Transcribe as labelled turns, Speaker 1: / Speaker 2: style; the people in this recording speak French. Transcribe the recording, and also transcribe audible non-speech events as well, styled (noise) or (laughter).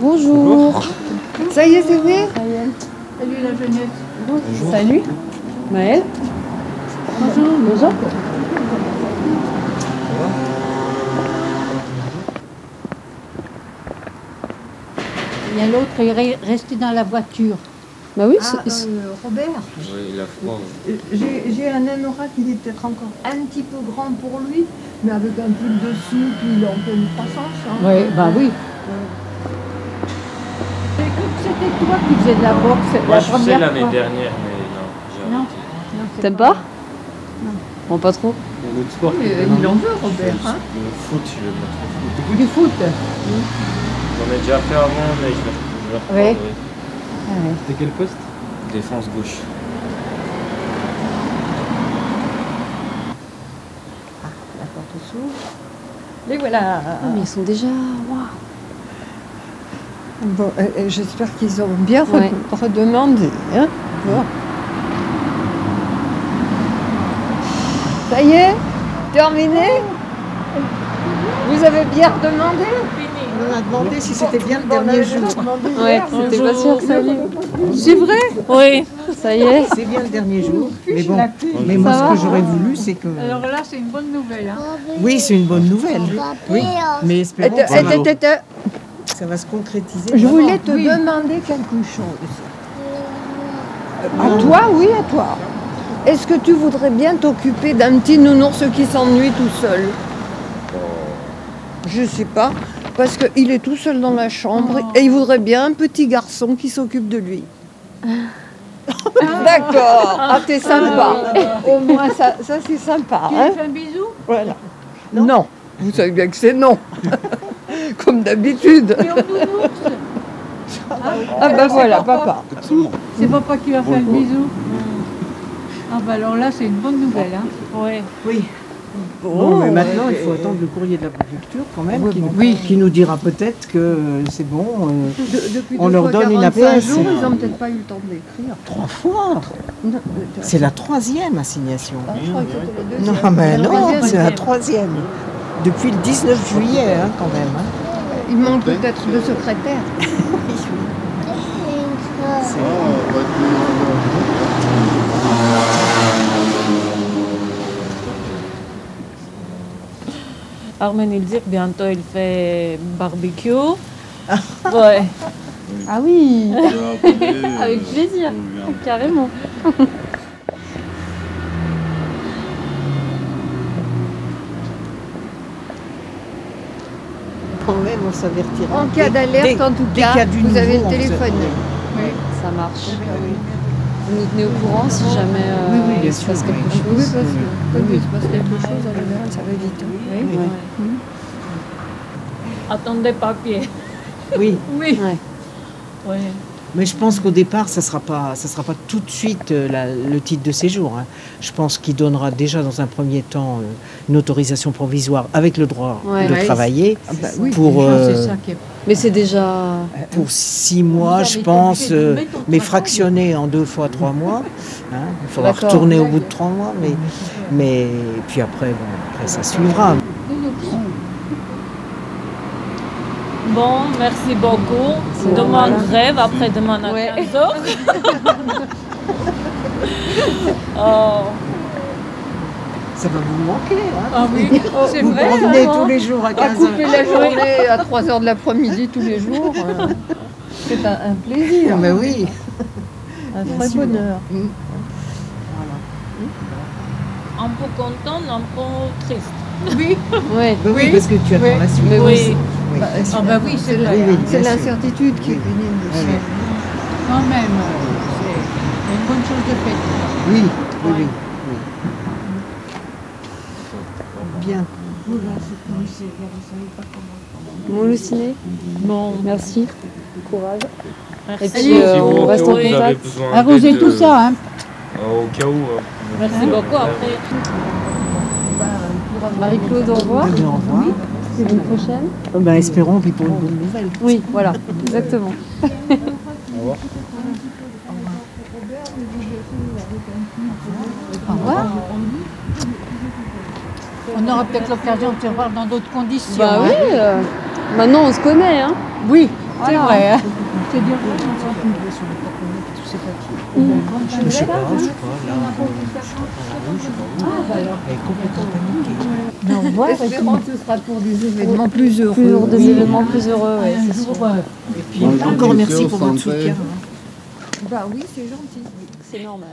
Speaker 1: Bonjour. Ça y est, c'est ouvert
Speaker 2: Salut la jeunesse.
Speaker 1: Bonjour. Salut. Maëlle. Bonjour. Bonjour.
Speaker 2: Il y a l'autre, il est resté dans la voiture.
Speaker 1: Bah oui,
Speaker 3: Ah,
Speaker 1: c'est- c'est-
Speaker 3: euh, Robert,
Speaker 4: Oui, il a froid.
Speaker 3: euh, j'ai j'ai un anorak, il est peut-être encore un petit peu grand pour lui, mais avec un pull dessus, puis il est en pleine croissance. hein.
Speaker 2: Oui, bah oui. J'ai cru que c'était toi qui faisais de la boxe
Speaker 4: Moi,
Speaker 2: la
Speaker 4: je sais
Speaker 2: première
Speaker 4: l'année
Speaker 2: fois.
Speaker 4: dernière, mais non, j'ai
Speaker 2: Non.
Speaker 4: arrêté.
Speaker 2: Non, c'est
Speaker 1: T'aimes pas Bon, pas trop.
Speaker 4: Il y a d'autres sports
Speaker 3: Mais il en veut, Robert. hein.
Speaker 4: Le foot, je vais mettre au foot.
Speaker 2: Du foot.
Speaker 4: J'en ai déjà fait avant, mais je vais, je vais
Speaker 2: Ouais.
Speaker 4: reprendre, oui.
Speaker 5: C'était quel poste
Speaker 4: Défense gauche.
Speaker 2: Les voilà.
Speaker 1: Ah, mais ils sont déjà. waouh.
Speaker 3: Bon, euh, euh, J'espère qu'ils auront bien re-
Speaker 1: Ouais.
Speaker 3: redemandé. hein. Bon. Ça y est Terminé Vous avez bien redemandé
Speaker 6: On a demandé si c'était bien le dernier jour.
Speaker 1: Ouais, t'es pas sûr, salut. C'est vrai Oui. Ça y est.
Speaker 6: C'est bien le dernier jour. Mais bon, mais
Speaker 1: Ça
Speaker 6: moi,
Speaker 1: va
Speaker 6: ce que j'aurais voulu, c'est que.
Speaker 2: Alors là, c'est une bonne nouvelle. hein.
Speaker 6: Oui, c'est une bonne nouvelle. Oui, mais espérons
Speaker 3: Attends,
Speaker 6: que
Speaker 3: attends, attends.
Speaker 6: ça va se concrétiser.
Speaker 3: Je
Speaker 6: vraiment.
Speaker 3: voulais te
Speaker 2: Oui.
Speaker 3: demander quelque chose. À toi, oui, à toi. Est-ce que tu voudrais bien t'occuper d'un petit nounours qui s'ennuie tout seul Je sais pas, parce qu'il est tout seul dans la chambre
Speaker 2: Oh.
Speaker 3: et il voudrait bien un petit garçon qui s'occupe de lui.
Speaker 2: Ah.
Speaker 3: (laughs) D'accord, ah, t'es sympa. Au moins, ça, ça, c'est sympa.
Speaker 2: Tu
Speaker 3: hein.
Speaker 2: lui fais un bisou
Speaker 3: Voilà. Non. Vous savez bien que c'est non. (laughs) Comme d'habitude.
Speaker 2: Et au nounours
Speaker 3: Ah bah voilà, papa.
Speaker 2: C'est papa qui va faire le bisou Ah bah alors là, c'est une bonne nouvelle. hein.
Speaker 6: Oui. Bon,
Speaker 3: Oh.
Speaker 6: mais maintenant, il faut attendre le courrier de la préfecture quand même, qui, nous, qui nous dira peut-être que euh, c'est bon. euh,
Speaker 3: De- depuis
Speaker 6: On
Speaker 3: deux
Speaker 6: leur
Speaker 3: fois
Speaker 6: donne une
Speaker 3: 45
Speaker 6: APS.
Speaker 3: jours, ils n'ont peut-être pas eu le temps de l'écrire.
Speaker 6: trois fois
Speaker 3: Non, euh,
Speaker 6: C'est la troisième assignation.
Speaker 3: ah, je crois que c'était la deuxième.
Speaker 6: Non, mais
Speaker 3: La
Speaker 6: non,
Speaker 3: troisième.
Speaker 6: c'est la troisième. Depuis le 19 juillet, hein, quand même. hein.
Speaker 3: Il manque peut-être de secrétaire.
Speaker 7: Armen, il dit que bientôt il fait barbecue. Ouais,
Speaker 1: Ah oui.
Speaker 7: avec plaisir, carrément.
Speaker 6: Quand même, on s'avertira.
Speaker 3: En cas
Speaker 6: Dès-
Speaker 3: d'alerte,
Speaker 6: dès-
Speaker 3: en tout
Speaker 6: dès
Speaker 3: cas,
Speaker 6: qu'il y a du
Speaker 3: vous avez le
Speaker 6: nouveau, on se-
Speaker 3: téléphone.
Speaker 1: Ça marche. Vous nous tenez au courant si jamais euh,
Speaker 3: Oui, oui,
Speaker 6: bien
Speaker 1: il se passe
Speaker 6: sûr,
Speaker 1: quelque
Speaker 6: oui.
Speaker 1: chose.
Speaker 3: Oui, parce que quand il se passe quelque chose, en général, ça va vite. hein.
Speaker 6: Oui, oui.
Speaker 7: Hmm. Attendez papier.
Speaker 6: Oui,
Speaker 7: Oui.
Speaker 1: Ouais.
Speaker 7: Ouais.
Speaker 6: mais je pense qu'au départ, ça ne sera, pas- ça sera pas tout de suite euh, la- le titre de séjour. hein. Je pense qu'il donnera déjà dans un premier temps euh, une autorisation provisoire avec le droit
Speaker 1: Ouais.
Speaker 6: de
Speaker 1: Ouais,
Speaker 6: travailler
Speaker 3: Ah bah oui,
Speaker 6: pour,
Speaker 2: Ah,
Speaker 6: euh,
Speaker 2: c'est ça qui est-
Speaker 1: Mais c'est déjà.
Speaker 6: pour six mois,
Speaker 2: avez
Speaker 6: je
Speaker 2: été
Speaker 6: pense,
Speaker 2: obligé de
Speaker 6: euh,
Speaker 2: mettre au
Speaker 6: mais
Speaker 2: travail.
Speaker 6: fractionné en deux fois (laughs) trois mois. hein. Il faudra
Speaker 1: D'accord.
Speaker 6: retourner au bout de trois mois, mais, mais puis après, bon, après, ça suivra.
Speaker 7: Bon, merci beaucoup.
Speaker 1: C'est
Speaker 7: Demain
Speaker 1: normal.
Speaker 7: grève, après demain à
Speaker 1: Ouais.
Speaker 2: (laughs)
Speaker 7: 15 heures. oh.
Speaker 6: Ça va vous manquer. hein.
Speaker 7: Ah oui, c'est
Speaker 6: vous
Speaker 7: vrai.
Speaker 6: promenez
Speaker 7: hein.
Speaker 6: tous les jours à
Speaker 3: À
Speaker 6: 15 heures.
Speaker 3: couper la journée à 3h de l'après-midi tous les jours, euh, c'est un, un plaisir,
Speaker 6: Ah, mais oui.
Speaker 3: un vrai bonheur.
Speaker 7: Un peu contente, un peu triste.
Speaker 1: Ouais.
Speaker 6: Ben oui, parce que tu attends la suite.
Speaker 7: oui.
Speaker 6: Oui.
Speaker 3: Bah, c'est-
Speaker 2: Ah bah oui, c'est
Speaker 3: c'est la-
Speaker 2: vrai.
Speaker 6: oui,
Speaker 3: C'est
Speaker 6: bien sûr.
Speaker 3: l'incertitude qui est bénigne aussi.
Speaker 6: Oui.
Speaker 2: Quand même, euh, c'est une bonne chose de fait.
Speaker 6: Oui, oui, oui. oui. Bien.
Speaker 1: Mon halluciné.
Speaker 7: Bon,
Speaker 1: Merci.
Speaker 7: merci.
Speaker 1: Et puis euh,
Speaker 4: Si vous,
Speaker 1: on
Speaker 4: au
Speaker 1: reste
Speaker 4: cas où
Speaker 1: en
Speaker 4: vous avez
Speaker 1: contact.
Speaker 4: besoin
Speaker 2: Arroser
Speaker 4: d'aide,
Speaker 2: tout
Speaker 4: euh,
Speaker 2: ça, hein.
Speaker 4: euh, Au cas où. euh,
Speaker 7: Merci
Speaker 4: vous pouvez
Speaker 7: beaucoup.
Speaker 4: appeler.
Speaker 7: Après,
Speaker 1: Marie-Claude, au revoir.
Speaker 6: Ben, au revoir.
Speaker 1: C'est une prochaine.
Speaker 6: Ben, espérons, puis pour une bonne nouvelle.
Speaker 1: Oui, voilà, exactement.
Speaker 2: Au revoir. On aura peut-être l'occasion de se voir dans d'autres conditions.
Speaker 1: Bah
Speaker 2: hein.
Speaker 1: oui, euh, maintenant on se connaît, hein.
Speaker 2: Oui,
Speaker 1: C'est vrai. hein.
Speaker 8: C'est bien.
Speaker 6: Je ne sais pas, je sais pas, là, on peut- je sais pas, là, je sais pas où. Elle est complètement paniquée.
Speaker 1: Au revoir.
Speaker 3: euh, Espérons que ce sera pour des événements plus heureux.
Speaker 1: Pour des événements plus heureux, ouais,
Speaker 8: Un
Speaker 1: c'est sûr.
Speaker 8: jour, euh,
Speaker 6: Et puis, encore merci pour votre soutien.
Speaker 3: Bah oui, c'est gentil.
Speaker 1: C'est normal.